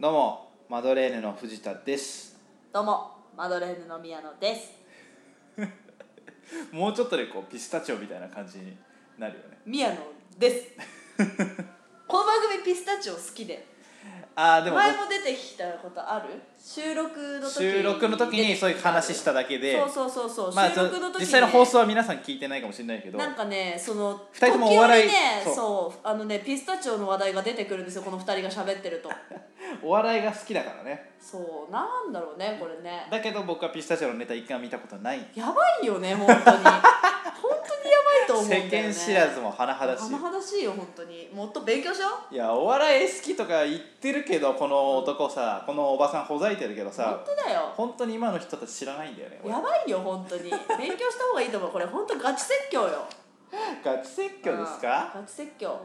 どうもマドレーヌの藤田ですどうもマドレーヌの宮野ですもうちょっとでこうピスタチオみたいな感じになるよね宮野です この番組ピスタチオ好きでああでも前も出てきたことある収録の時収録の時にそういう話しただけでそうそうそうそう、まあ、収録の時にね、実際の放送は皆さん聞いてないかもしれないけどなんかねその二人ともお笑い時折ねそそううあのねピスタチオの話題が出てくるんですよこの二人が喋ってるとお笑いが好きだからねそうなんだろうねこれねだけど僕はピスタチオのネタ一回も見たことないやばいよね本当 に本当にやばいと思うんだよ世ね間知らずも甚だし甚だしいよ本当にもっと勉強しよういいやお笑い好きとか言ってるけどこの男さこのおばさんほざいてるけど本さ当だよ本当に今の人たち知らないんだよね俺やばいよ本当に勉強した方がいいと思うこれ本当ガチ説教よガチ説教ですかうんガチ説教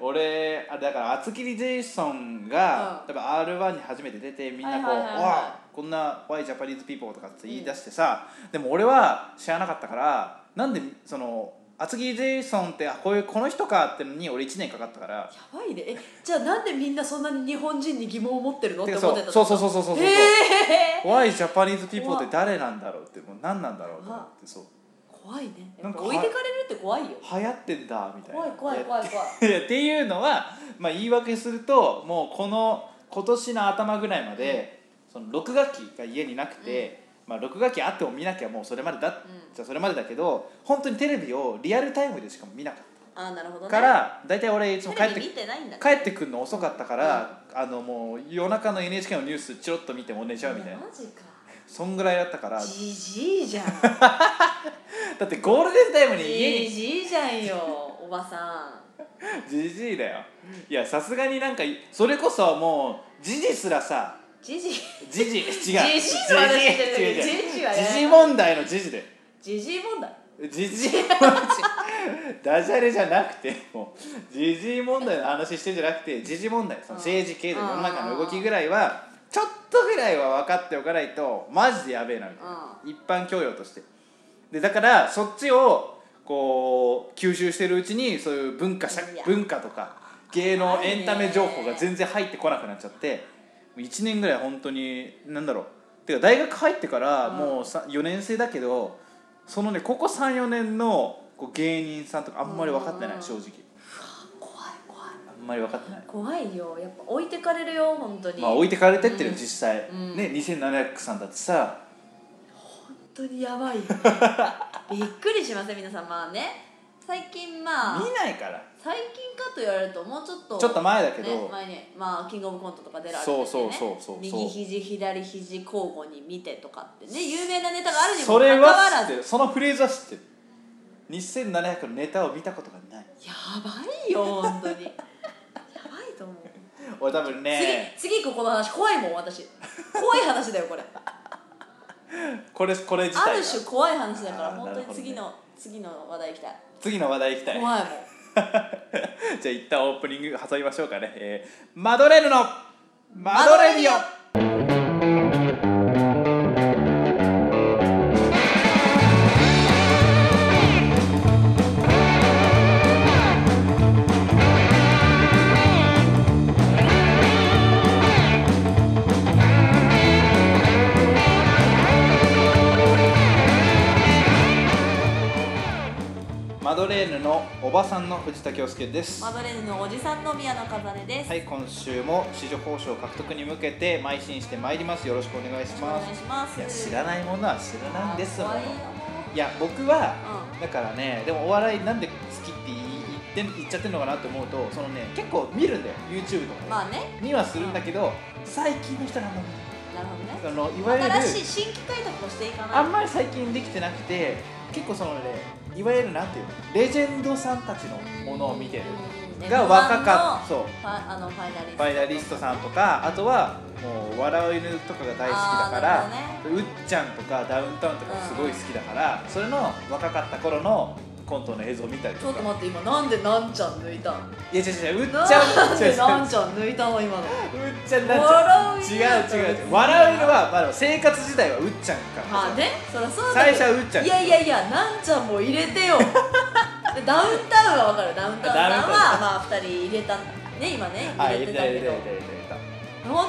俺あだから厚切りジェイソンが、う例えば r 1に初めて出てみんなこう「はいはいはいはいわあこんな Why Japanese people」とかって言い出してさ、でも俺は知らなかったからなんでその厚切りジェイソンってあこういうこの人かってのに俺1年かかったからやばいねえじゃあなんでみんなそんなに日本人に疑問を持ってるのっててか思そっうてたそうそううそうそうそうそう、ええ Why Japanese people って誰なんだろうってもう何なんだろうと思ってそう怖いねななんんかか置いてかれるって怖いよ流行ってんだみたいな怖い怖い怖い怖いいや っていうのは、まあ、言い訳するともうこの今年の頭ぐらいまで、その録画機が家になくて、まあ、録画機あっても見なきゃもうそれまでだ、んじゃあそれまでだけど本当にテレビをリアルタイムでしかも見なかっああなるほどたねから大体俺いつも帰っテレてビ見てないんだ帰ってくるの遅かったから、あのもう夜中の NHK のニュースチロッと見てもう寝ちゃうみたいなマジかそんぐらいだったからじじいじゃんだってゴールデンタイムに家じにじいじゃんよおばさんじじいだよいやさすがになんかそれこそもうじじすらさじじいジジ違うジジジジの話してる違う違うジジはねジジ問題のジジでじじい問題ジジダジャレじゃなくてもうジジ問題の話してんじゃなくてジジ問題そのうん政治経済世の中の動きぐらいはちょっとぐらいは分かっておかないとマジでやべえなみたいな一般教養としてでだからそっちをこう吸収してるうちにそういう文化社いや文化とか芸能エンタメ情報が全然入ってこなくなっちゃって1年ぐらい本当になんだろうてか大学入ってからうんもうさ4年生だけどそのねここ34年のこう芸人さんとかあんまり分かってないうん正直怖い怖いあんまり分かってない怖いよやっぱ置いてかれるよ本当に、まあ置い本てかれてってるようん実際うんね2700さんだってさ当にやばい よねびっくりしません皆さんまあね最近まあ見ないから最近かと言われるともうちょっとちょっと前だけどね、前にまあキングオブコントとか出られてて、そね、うそうそうそうそう右肘左肘交互に見てとかってね有名なネタがあるにもそかれかわは知らっずてやるそのフレーズは知ってる2700のネタを見たことがないばいよ 本当にやばいと思う、俺多分ね次次行くこの話怖いもん私怖い話だよこれこれこれ自あ体る種が怖い話だからあー本当に次なの、次の話題いきたい次の話題いきたい怖いもんじゃあ一旦オープニング挟みましょうかね、えーマドレーヌのマドレーヌよマドレーヌのおばさんの藤田恭介ですマドレーヌのおじさんの宮野かざねです、はよい今週も市場報酬獲得に向けて邁進してまいりますよろしくお願いしろしくおま願いすしますいや知らないものは知らないんですもあのー怖いよいや僕はうだからねでもお笑いなんで好きって言って言っちゃってるのかなって思うとそのね結構見るんだよ YouTube とかね、まあね見はするんだけど最近の人がもうなるほどねそのいわゆる新しい新規開拓をしていかないあんまり最近できてなくて結構そのねいわゆるなんていうのレジェンドさんたちのものを見てるが若かったたそうあのファイナリストファイナリストさんとかあとはもう笑い犬とかが大好きだから、あーなるほうっちゃんとかダウンタウンとかもすごい好きだから、それの若かった頃のコントの映像を見たりちとょっとか待って今なんでなんちゃん抜いたの いや違う違ううっちゃんな違うん違でうなんちゃん抜いたの今うのっちゃんなんちゃん笑う犬違う違う違う笑う犬は、まあ、でも生活自体はうっちゃんから、まあねそりゃそうだ最けど初はうっちゃんいやいやいやなんちゃんも入れ てよでダウンタウンはわかるダウンタウンさんはまあ2人入れたね今ねはい入れ入れてたた入けれたど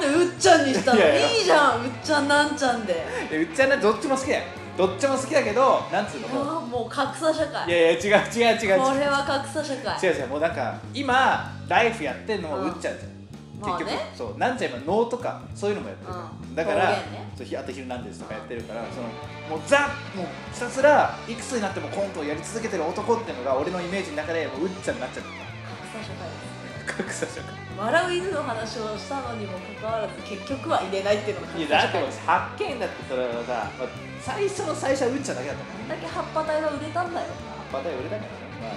入れた入れたなんでうっちゃんにしたのいやいやいいじゃんうっちゃんなんちゃんでえうっちゃんなんてどっちも好きだよどっちも好きだけどなんつうのうもわもう格差社うい会やいや違う違う違う違うこれは格差社会違う違うもうなんか今ライフやってんのもううんっちゃんじゃんまあね結局そうなんちゃん今能とかそういうのもやってるからうんだから表現ねそうひあと昼なんですとかやってるからそのもうザもうひたすらいくつになってもコントをやり続けてる男っていうのが俺のイメージの中でもううっちゃんになっちゃっ格差社会ですた格差社笑う犬の話をしたのにもかかわらず結局は入れないっていうのが 会い格や差だ社って会もう発見ですだってそれはさ、まあ最初の最初はうっちゃんだけだったからねどんだけ葉っぱ体が売れたんだよまた売れたからねまあね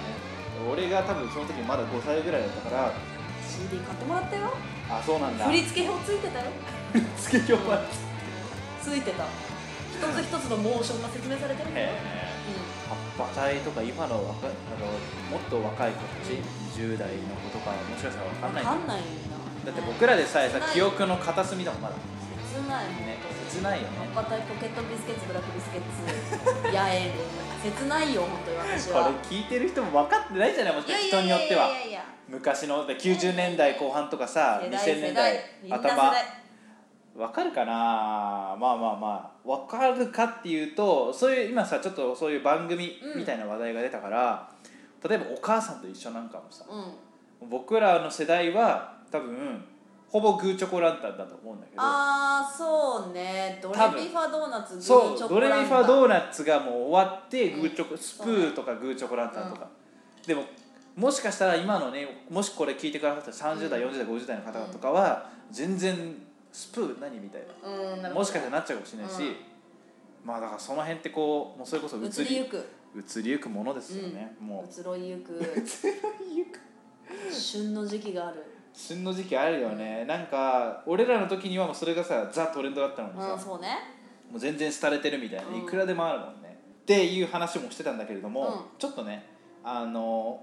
俺が多分その時まだ5歳ぐらいだったから CD 買ってもらったよあそうなんだ振り付け表ついてたよ付け表はついてた一つ一つのモーションが説明されてるんだよへえ葉っぱ体とか今の若いあのもっと若い子たち20代の子とかはもしかしたら分かうんんないわかんないよだなって僕らでさえさ切ない記憶の片隅だもんまだね切ないもん切ないよね葉っぱ体ポケットビスケッツブラックビスケッツ野縁切ないよ本当に私これは聞いてる人も分かってないじゃないもしかしたら人によってはいやいやいやいや昔ので90年代後半とかさ世代2000世年代代みんな世頭代わかるかなまあまあまあわかるかっていうとそういう今さちょっとそういう番組うんみたいな話題が出たから、例えば「お母さんと一緒」なんかもさうん僕らの世代は多分ほぼグーチョコランタンだと思うんだけどああそうねドレ多分ミファドーナツグそーうチョドコレラミンフタァンドーナツがもう終わってうんグーチョコ、スプーとかグーチョコランタンとか、でももしかしたら今のねもしこれ聞いてくださった30代、40代50代の方とかは全然スプー何みたいな。うんなるほどもしかしたらなっちゃうかもしれないし、うんまあだからその辺ってこうもうそれこそ移移りりゆく移りゆくものですよね、もう移ろいゆ く旬の時期がある旬の時期あるよね、なんか俺らの時にはもうそれがさザトレンドだったのにうさ、んそうねもう全然廃れてるみたいな、うんいくらでもあるもんねっていう話もしてたんだけれども、うんちょっとねあの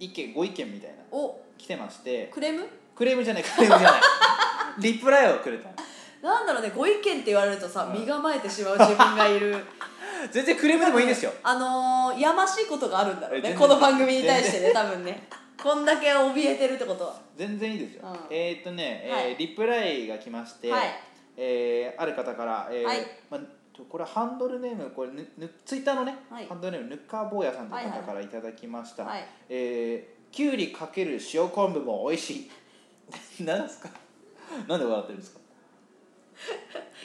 意見ご意見みたいなお来てましてクレームクレームじゃないクレームじ ゃないリプライをくれたのなんだろうねご意見って言われるとさうん身構えてしまう自分がいる 全然クレームでもいいですよあのーやましいことがあるんだろうえ全ね然この番組に対してね多分ねこんだけ怯えてるってことは全然いいですよ、うんえーっとね、えーはいリプライが来まして、はいえーある方から、えーはいまあ、ちょこれハンドルネームこれぬぬツイッターのね、はいハンドルネームぬかぼうやさんというはい方はいからいただきました、はいえーきゅうりかける塩昆布も美味しい 何ですかなんで笑ってるんですか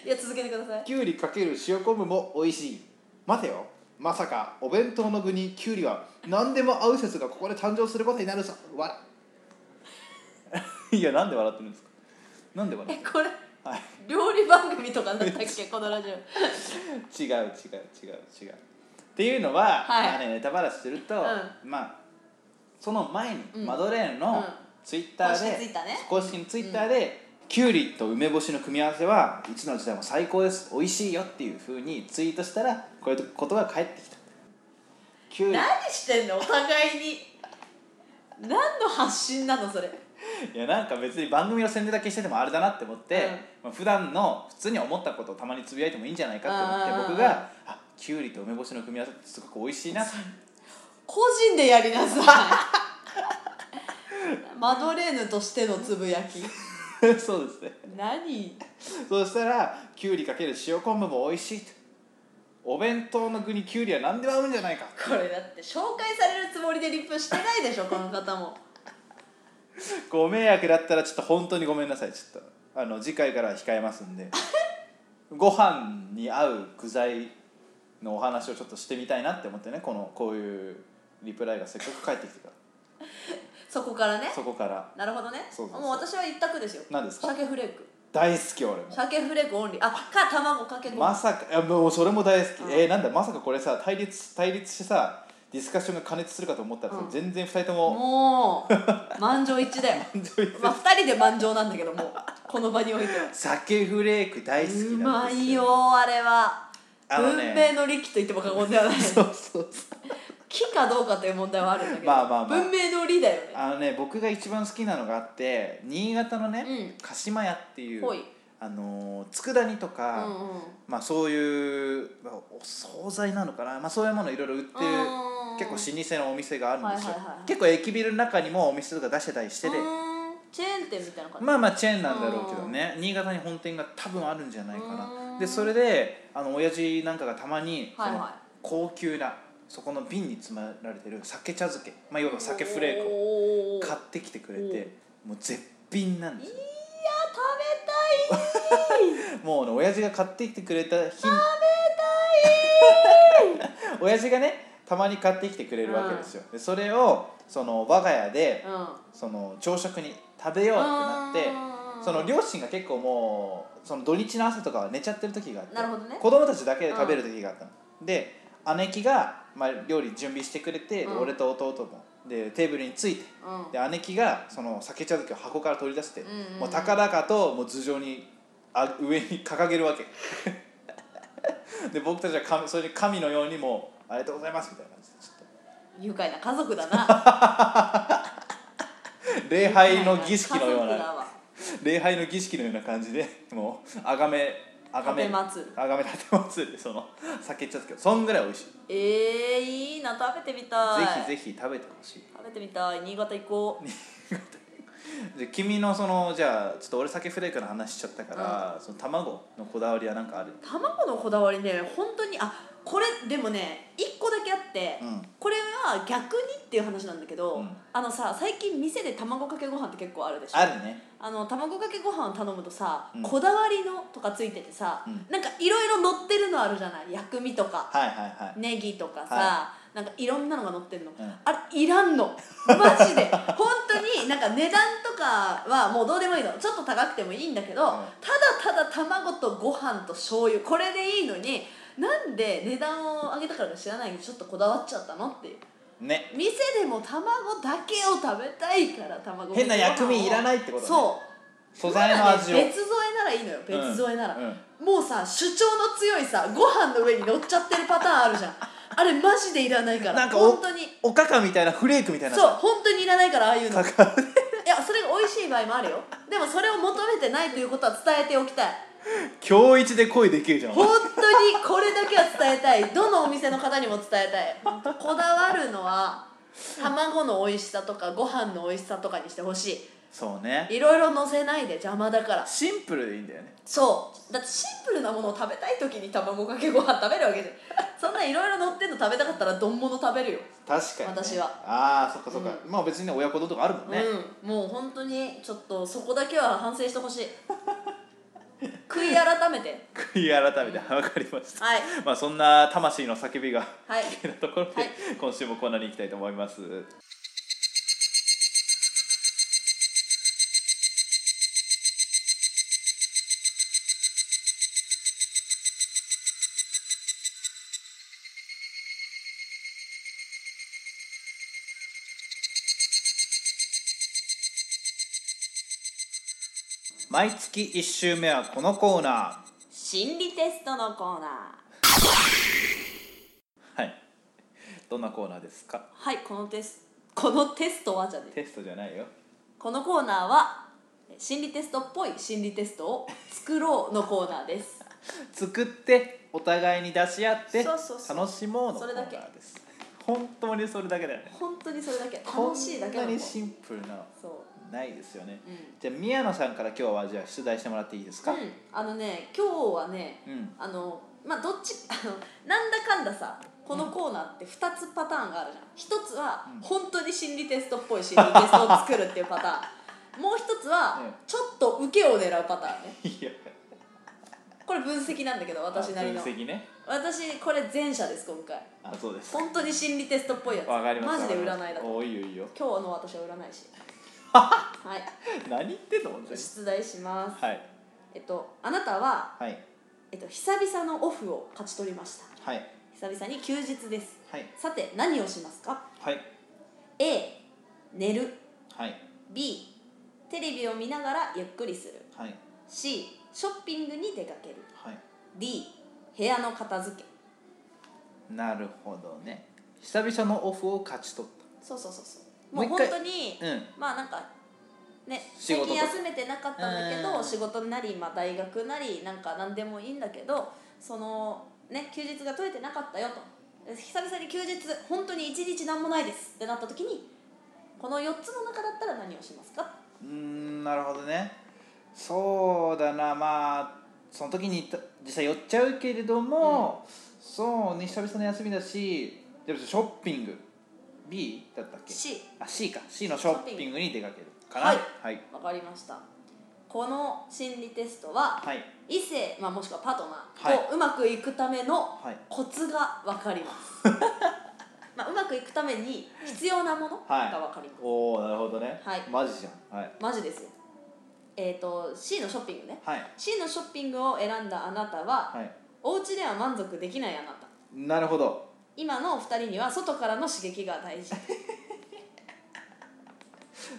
いや続けてくださいきゅうりかける塩昆布も美味しい待てよまさかお弁当の具にきゅうりは何でも合う説がここで誕生することになるさわ いやなんで笑ってるんですかなんで笑ってえるこれはい料理番組とかだったっ けこのラジオ違う違う違う違うっていうのは、はいまあね、ネタバラシすると、うまあその前に、うんマドレーヌうんのツイッターで公式ツイッターね公式のツイッターで、きゅうりと梅干しの組み合わせはいつの時代も最高です美味しいよっていうふうにツイートしたらこういうことが返ってきたきゅうり何してんのお互いに何の発信なのそれいやなんか別に番組の宣伝だけしててもあれだなって思って、まあ、普段の普通に思ったことをたまにつぶやいてもいいんじゃないかって思って僕うんうんうんが「あきゅうりと梅干しの組み合わせってすごく美味しいな」個人でやりなさ いマドレーヌとしてのつぶやき そうですね何そしたらきゅうりかける塩昆布も美味しいとお弁当の具にきゅうりは何でも合うんじゃないかこれだって紹介されるつもりでリップしてないでしょこの方もご迷惑だったらちょっと本当にごめんなさいちょっとあの次回からは控えますんでご飯に合う具材のお話をちょっとしてみたいなって思ってねこのこういうリプライがせっかく返ってきてかそこからねらそこからなるほどねそうそうそうもう私は一択ですよ何ですか鮭フレーク大好き俺も鮭フレークオンリーあか卵かけご飯まさかいやもうそれも大好き、うんえーなんだまさかこれさ対立対立してさディスカッションが過熱するかと思ったらさ、うん全然2人と ももう満場一 致だよまあ2人で満場なんだけどもうこの場においては鮭フレーク大好きうなんまですいよあれはあのね文明の利器と言っても過言ではないそうそうそう木かどうかという問題はあるんだけど、まあまあまあ文明の利だよねあのね僕が一番好きなのがあって新潟のね、うん鹿島屋っていうほいあのー佃煮とうか、んうんまあ、そういう、まあお惣菜なのかな、まあ、そういうものいろいろ売ってるうん結構老舗のお店があるんですよ、はいはいはい結構駅ビルの中にもお店とか出してたりしててうーんチェーン店みたいな感じ、まあまあチェーンなんだろうけどね新潟に本店が多分あるんじゃないかうーなんでそれであの親父なんかがたまにそはいのは高級なそこの瓶に詰められてる酒茶漬け、まあ、要いは酒フレークをを買ってきてくれてもう絶品なんですよいや食もうね親父が買ってきてくれた日食べたい 親父がねたまに買ってきてくれるわけですよ、でそれをその我が家でべたい、うん、その朝食に食べようってなってその両親が結構もうその土日の朝とかは寝ちゃってる時があってなるほどね子供たちだけで食べる時があったの、で姉貴が、まあ、料理準備してくれて、でうん俺と弟もでテーブルについてうんで姉貴がその酒茶漬けを箱から取り出して、うんうんうんもう高々ともう頭上にあ上に掲げるわけ で僕たちは神それで神のようにもうありがとうございますみたいな感じでち愉快な家族だなょっと礼拝の儀式のよう家族だなわ礼拝の儀式のような感じでもうあがめあがめ奉るあがめ立てますでその酒茶漬けそんぐらい美味しい、えー、いいな食べてみたいぜひぜひ食べてほしい食べてみたい新潟行こうで君のそのじゃあちょっと俺酒フレークの話しちゃったから、その卵のこだわりは何かある卵のこだわりね本当にあこれでもね1個だけあって、うんこれは逆にっていう話なんだけど、うんあのさ最近店で卵かけご飯って結構あるでしょあるねあの卵かけご飯頼むとさ、うんこだわりのとかついててさ、うんなんかいろいろ乗ってるのあるじゃない薬味とかはいはいはいネギとかさ、はなんかいろんなのが乗ってるの、うんあれいらんのマジで 本当になんか値段とかはもうどうでもいいのちょっと高くてもいいんだけど、うんただただ卵とご飯と醤油これでいいのになんで値段を上げたからか知らないけどちょっとこだわっちゃったのっていうね店でも卵だけを食べたいから卵変な薬味いらないってことねそう素材の味を、まだね別添えならいいのよ別添えなら、うんうんもうさ主張の強いさご飯の上に乗っちゃってるパターンあるじゃん あれマジでいらないからなんかお本当におかかみたいなフレークみたいなそう本当にいらないからああいうのいやそれが美味しい場合もあるよでもそれを求めてないということは伝えておきたい今日一で恋できるじゃん本当にこれだけは伝えたいどのお店の方にも伝えたい本当こだわるのは卵の美味しさとかご飯の美味しさとかにしてほしそうねいいろいろ乗せないで邪魔だからシンプルでいいんだよねそうだってシンプルなものを食べたい時に卵かけご飯食べるわけじゃ んそんないろいろ乗ってんの食べたかったら丼物食べるよ、確かに、ね、私はああそっかそっか、まあ別にね親子丼とかあるもんね、うんもう本当にちょっとそこだけは反省してほしい悔い改めて悔い改めて分かりました、はい まあそんな魂の叫びが はい綺麗なところで、はい今週もコーナーに行きたいと思います毎月1週目はこのコーナー心理テストのコーナーはいどんなコーナーですかはいこのテスこのテストはじゃねえテストじゃないよこのコーナーは心理テストっぽい心理テストを作ろうのコーナーです作ってお互いに出し合ってそうそうそう楽しもうのコそーれナだけーです本当にそれだけだよね本当にそれだけ楽しいだけこなんのなにそシンプルなのうないですよね、うんじゃあ宮野さんから今日はじゃあ出題してもらっていいですか、うん、あのね今日はね、うんあのまあどっち あのなんだかんださこのコーナーって2つパターンがあるじゃん1つはうん本当に心理テストっぽい心理テストを作るっていうパタ ーンもう1つはうんちょっと受けを狙うパターンねいやこれ分析なんだけど私なりのあ分析ね私これ前者です今回あそうです本当に心理テストっぽいやつわかりまマすジで占いだとおいいよいいよ今日の私は占 い師はい何言ってんの本当に出題します、はいえっとあなたは、はいえっと、久々のオフを勝ち取りましたはい久々に休日ですはいさて何をしますかはい A 寝るはい B テレビを見ながらゆっくりするはい C ショッピングに出かけるはい D 部屋の片付けなるほどね久々のオフを勝ち取っそうそうそうそうもうもう一本回当に、たうんまあなんかね仕最事と近休めてなかったんだけうどん仕事なり、まあ、大学なりなんか何でもいいんだけどそのね休日が取れてなかったよとで久々に休日本当に一日何もないですってなった時にこの4つの中だったら何をしますかうーんなるほどねそうだなまあその時にた実際寄っちゃうけれども、そうね久々の休みだしでもショッピング B だったっけ C あ C か C のショッピングに出かけるかなはいはい、わかりましたこの心理テストは、はい異性、まあ、もしくはパートナはいーとうまくいくためのはいコツがわかります、 まあ、うまくいくために必要なものがはいわかります、おおなるほどね、はいマジじゃんはいマジですよえっ、と C のショッピングねはい C のショッピングを選んだあなたは、はいお家では満足できないあなたなるほど今のお二人には外からの刺激が 大事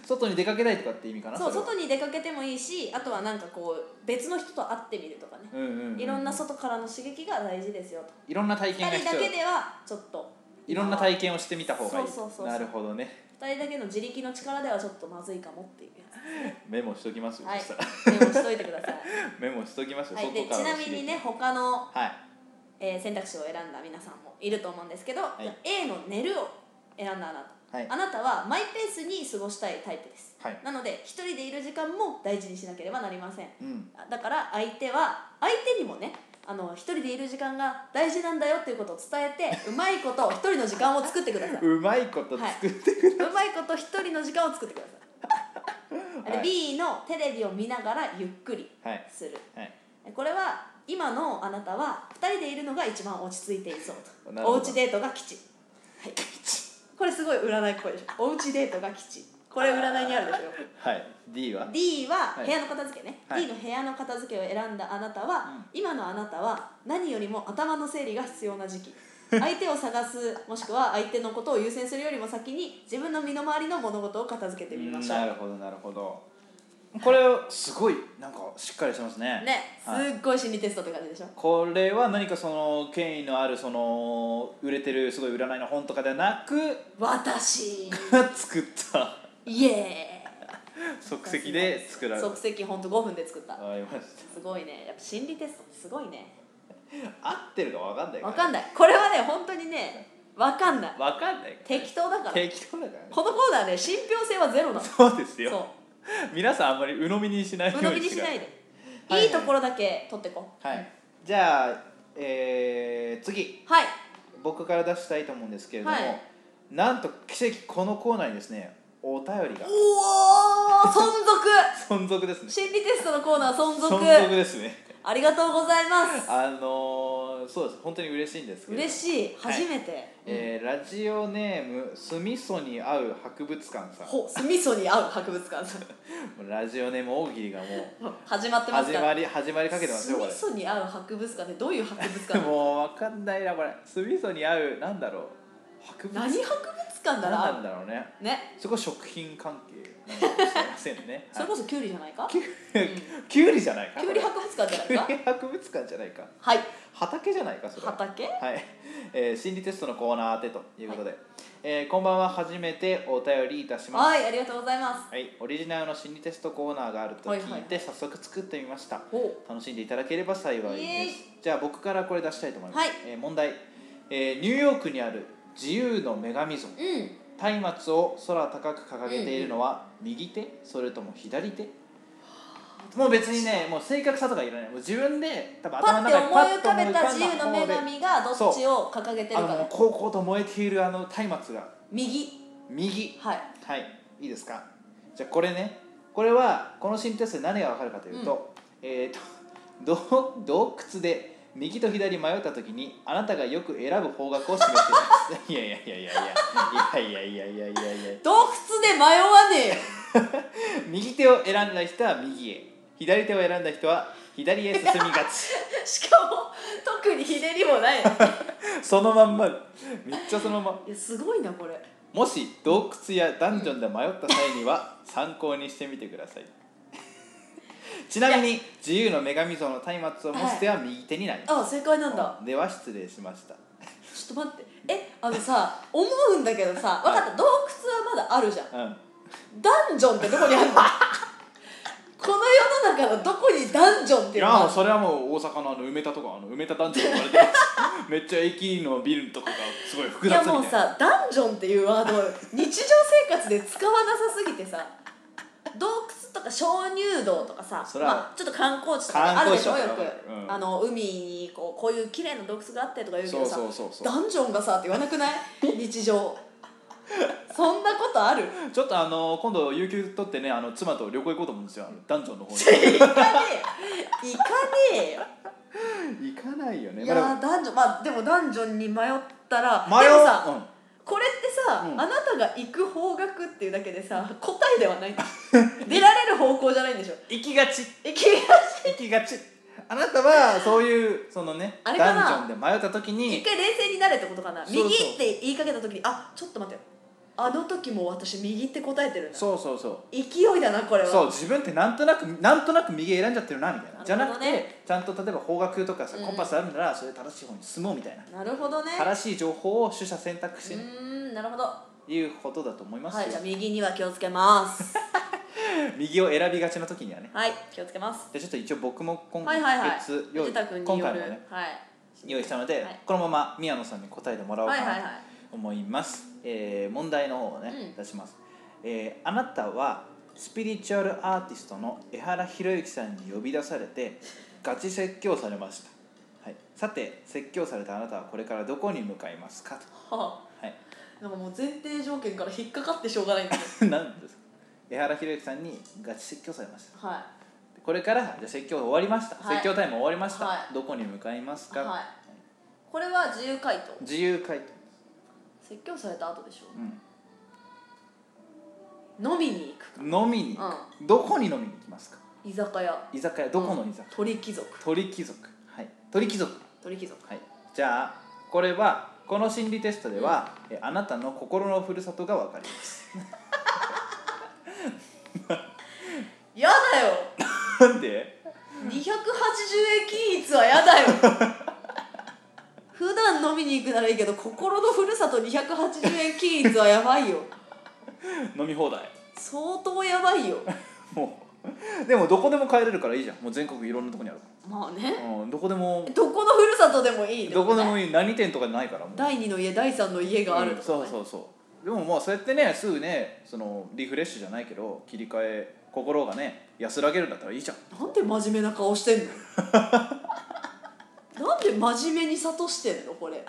外に出かけないとかって意味かなそうれは外に出かけてもいいしあとはなんかこう別の人と会ってみるとかね、うんうんうんいろんな外からの刺激が大事ですよといろんな体験が2人だ必要けではちょっといろんな体験をしてみた方がいいそうそうそうそうなるほどね 2人だけの自力の力ではちょっとまずいかもっていうやメモしときますつよ、はいそしたらメモしといてください、 メモしときますよ、はい、で外ちからのな刺み激にね他の、はいえー選択肢を選んだ皆さんもいると思うんですけど、いじゃあ A の「寝る」を選んだあなた、はいあなたはマイペースに過ごしたいタイプですはいなので一人でいる時間も大事にしなければなりませんうんだから相手は相手にもねあの一人でいる時間が大事なんだよっていうことを伝えてうまいこと一人の時間を作ってくださいううまいこと作って くまいこと一人の時間を作ってくださ い、はいで B のテレビを見ながらゆっくりはい、するはいこれは今のあなたは2人でいるのが一番落ち着いていそうなるとほおどうちデートが吉、はい、これすごい占いっぽいでしょおうちデートが吉これ占いにあるでしょはい、D は D ははい部屋の片付けね、はい D の部屋の片付けを選んだあなたは、今のあなたは何よりも頭の整理が必要な時期 相手を探すもしくは相手のことを優先するよりも先に自分の身の回りの物事を片付けてみましょうなるほどなるほどこれをすごいなんかしっかりしてますねねすはいっごい心理テストって感じでしょこれは何かその権威のあるその売れてるすごい占いの本とかではなく 私作ったイエーイ即席で作られた即席ほんと5分で作ったわかりましたすごいねやっぱ心理テストってすごいね合ってるかわかんないわらかんないこれはね本当にねわかんないわかんないから適当だから適当だからねこのコーナーね信憑性はゼロなのそうですそよ皆さんあんまり鵜呑みにしないうよ鵜うに呑みにしないしてでくださいいいところだけ取ってこくださいはいじゃあえー、次はい僕から出したいと思うんですけれども、はいなんと奇跡このコーナーにですねお便りがおお存続存続ですね心理テストのコーナー存続ですねありがとうございますあのー、そうです本当に嬉しいんですけど嬉い、しいはい初めて、えーラジオネームスミソに合う博物館さんほスミソに合う博物館さんラジオネーム大喜利がも始まっうてます始からまり始まりかけてますスよこミれソに合う博物館ってどういう博物館もうわかんないなこれスミソに合うなんだろう博物何博物館何なだらんだろうねねそこ食品関係なのかもしれませんね それこそキュウリじゃないかきゅきゅうりじゃないかキュウリ博物館じゃキな ュウいかリ博物館じゃないかはい畑じゃないかそれは畑はい、 えー、心理テストのコーナー当てということで、えーこんばんは初めてお便りいたしますはいありがとうございますはい、オリジナルの心理テストコーナーがあるとはいは聞いいて早速作ってみました、ほ楽しんでいただければ幸いイエーでイすじゃあ僕からこれ出したいと思います、はいえー問題、えーニューヨークにある自由の女神像ううん松明を空高く掲げているのは右手、それとも左手もう別にねもう正確さとかいらないもう自分で多分パ頭のッて中思にいパッ浮とか思いべ浮たか自んだ由の女神がどっちを掲げてるあかのもうねこうこうと燃えているあの松明が右右はいはいいいですかじゃあこれねこれはこの心理テストで何が分かるかというと、えーとど洞窟で右と左迷った時にあなたがよく選ぶ方角を示しています いやいやいやいやいやいやいやいやいやいやいや洞窟で迷わねえよ右手を選んだ人は右へ左手を選んだ人は左へ進みがち しかも特にひねりも ないいそのまんまめっちゃそのままやすごいなこれもし洞窟やダンジョンで迷った際には参考にしてみてくださいちなみに自由の女神像の松明を持つ手は右手になりまあ正解なんす、だでは失礼しましたちょっと待ってえあのさ思うんだけどさ分かった洞窟はまだあるじゃんうんダンジョンってどこにあるのこ この世の中のどこにダンジョンっいていうやのもうはそれはもう大阪のあの梅田とかあの梅田団地とか言われてますめっちゃ駅のビルとかがすごい複い雑やみたいもうなさダンジョンっていうワー ド日常生活で使わなさすぎてさ洞窟とか鍾乳洞とかさそ、らまあ、ちょっと観光地とかあるでしょ観よ光地とかく、うんあの海にこうこういう綺麗な洞窟があってとか言うけそどうさそうそうそうダンジョンがさって言わなくない 日常そんなことあるちょっとあの今度有給取ってねあの妻と旅行行こうと思うんですよあのダンジョンの方に行かねえ行かねえよ 行かないよねいまあやでー男女まあでも男女に迷ったらも迷でうもさ、うんこれってさ、うんあなたが行く方角っていうだけでさ答えではないんだ出られる方向じゃないんでしょ行きがち行きが行きがちあなたはそういうそのねダあンれジかなョンで迷った時一に回冷静になれってことかなそうそう右って言いかけた時にあちょっと待てよあの時も私右って答えてるんだそうそうそう勢いだなこれはそう自分ってなんとなくなんとなく右選んじゃってるなみたいなじゃなくなるほどてちゃんと例えば方角とかさうんコンパスあるならそれ正しい方に進もうみたいななるほどね正しい情報を取捨選択う肢ーんなるほどはいうことだと思いますいじゃよあ右には気をつけます 右を選びがちな時にはねはい気をつけますでちょっと一応僕も今はいはいはい月用意藤田君今によ回るもねはい用意したので、はいこのまま宮野さんに答えてもらおうかはいはいなはとい思います、えー問題の方をね、うん出します、えーあなたはスピリチュアルアーティストの江原博之さんに呼び出されてガチ説教されました、はい、さて説教されたあなたはこれからどこに向かいますかと、ははい、 あ なんかもう前提条件から引っかかってしょうがないんだけど何ですか江原博之さんにガチ説教されました はこれからじゃあ説教終わりました、はい説教タイム終わりました、はいどこに向かいますいか、はいこれは自由回答自由回答、説教された後でしょうん飲みに行く飲みに行く、どこに飲みに行きますか居酒屋居酒屋どこの居酒屋、鳥貴族鳥貴族はい鳥貴族鳥貴族はいじゃあこれはこの心理テストでは、えあなたの心のふるさとがわかります やだよなんで280円均一はや だよ普段飲みに行くならいいけど心のふるさと280円均一はやばいよ飲み放題相当やばいよもうでもどこでも帰れるからいいじゃんもう全国いろんなとこにあるかまあねら、うん、どこでもどこのふるさとでもいいどこでもいいい何店とかないからもう第二の家第三の家があるとかそね、うそうそうでもまあそうやってねすぐねそのリフレッシュじゃないけど切り替え心がね安らげるんだったらいいじゃんなんで真面目な顔してん のなんで真面目に諭してんのこれ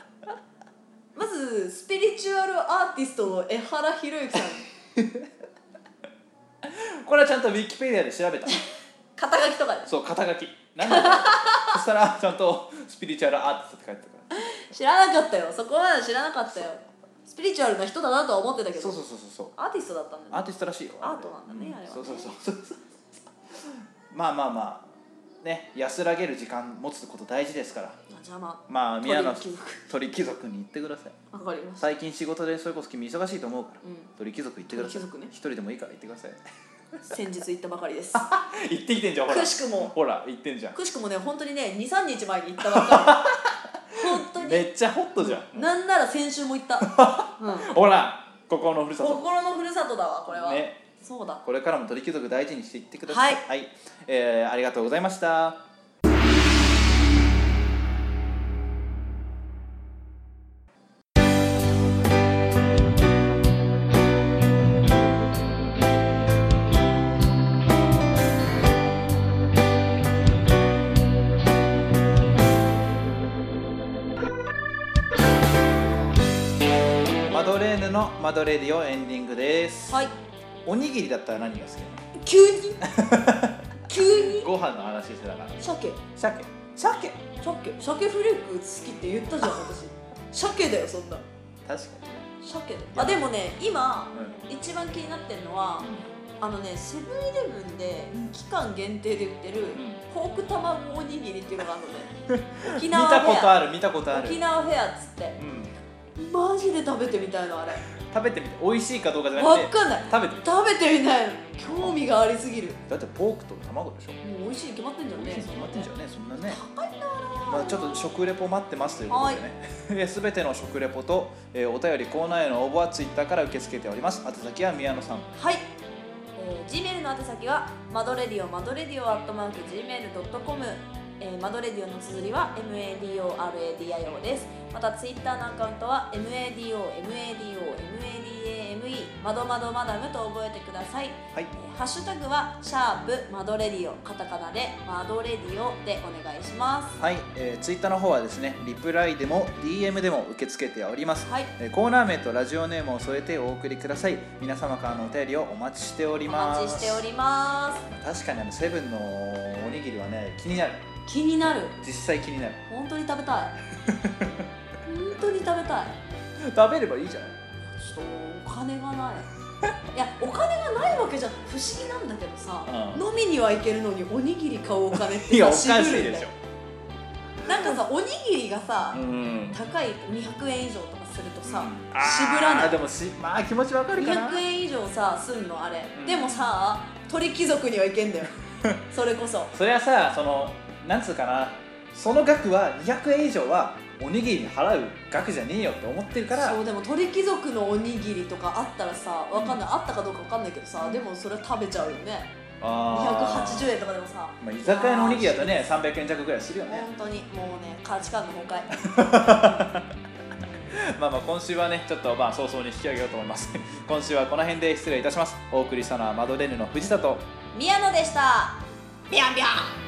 まずスピリチュアルアーティストの江原博之さんこれはちゃんとウィキペディアで調べた肩書きとかでそう肩書きなんだろうそしたらちゃんとスピリチュアルアーティストって書いてたか知らなかったよそこは知らなかったよスピリチュアルな人だなとは思ってたけらどそうそうそうそうそうアーティストだったんだアねーティストらしいよアートなんだねあれはねそうそうそうそうそうまあまあまあね安らげる時間持つこと大事ですからあじゃあまあまあ宮野鳥貴族鳥貴族に行ってくださいわかりました最近仕事でそれこそ君忙しいと思うから、うん鳥貴族行ってください鳥貴族ね一人でもいいから行ってください 先日行ったばかりです行ってきてんじゃんほらくしくもほら行ってんじゃんくしくもね本当にね23日前に行ったばっかり本当めにっちゃホットじゃん、なんなら先週も 行った、うんほらここのふるさと心のふるさとだわこれは、ねそうだこれからも鳥貴族大事にしていってください。はい、えーありがとうございました。マドレーヌのマドレディオエンディングです。はいおにぎりだったら何が好き急に急にご飯の話してたから鮭鮭鮭鮭鮭フレーク好きって言ったじゃん私鮭だよそんな確か鮭だよあでもね今に、一番気になってるのはあのねセブンイレブンで期間限定で売ってるんポーク卵おにぎりっていうのがあるの ね沖見縄たフことェアある見たことある、う沖ん、縄フェアっつってマジで食べてみたいのあれ食べてみて美味しいかどうかじゃなくわてかんない食べてみて食べてみたいの興味がありすぎるだってポークと卵でしょもう美味しいに決まってんじゃん美ね味しいに決まってんじゃんねそんなね高いなまあ、ちょっと食レポ待ってますということで ね、えすべての食レポと、えーお便りコーナーへの応募はツイッターから受け付けております。宛先は宮野さん、はい、えー、Gmail のの宛先はマドレディオマドレディオアットマーク Gmail.com えー、マドレディオの綴りは MADORADIO ですまたツイッターのアカウントは MADOMADOMADAME マドマドマダムと覚えてくださいはいえーハッシュタグは「シャープマドレディオ」カタカナで「マドレディオ」でお願いしますはい、えー、ツイッターの方はですねリプライでも DM でも受け付けております、はいえーコーナー名とラジオネームを添えてお送りください皆様からのお便りをお待ちしておりおます待ちしております確かにあのセブンのおにぎりはね気になる気になる実際気に なる本当に食べたい本当に食べたい食べればいいじゃないちょっとお金がないいやお金がないわけじゃ不思議なんだけどさ、うん飲みには行けるのにおにぎり買うお金っていやおかしさい渋んでだしよょなんかさおにぎりがさ、ん高い200円以上とかするとさ、あー渋らないでもしまあ気持ちわかるかな200円以上さすんのあれ、うんでもさ鳥貴族にはいけ んだよそれこそそれはさそのなんつうかなその額は200円以上はおにぎりに払う額じゃねえよって思ってるからそうでも鳥貴族のおにぎりとかあったらさわかんない、あったかどうかわかんないけどさでもそれは食べちゃうよねあー280円とかでもさまあ、居酒屋のおにぎりだとね300円弱ぐらいするよね本当にもうね価値観の崩壊 まあまあ今週はねちょっとまあ早々に引き上げようと思います 今週はこの辺で失礼いたしますお送りしたのはマドレーヌの藤田と宮野でしたビャンビャン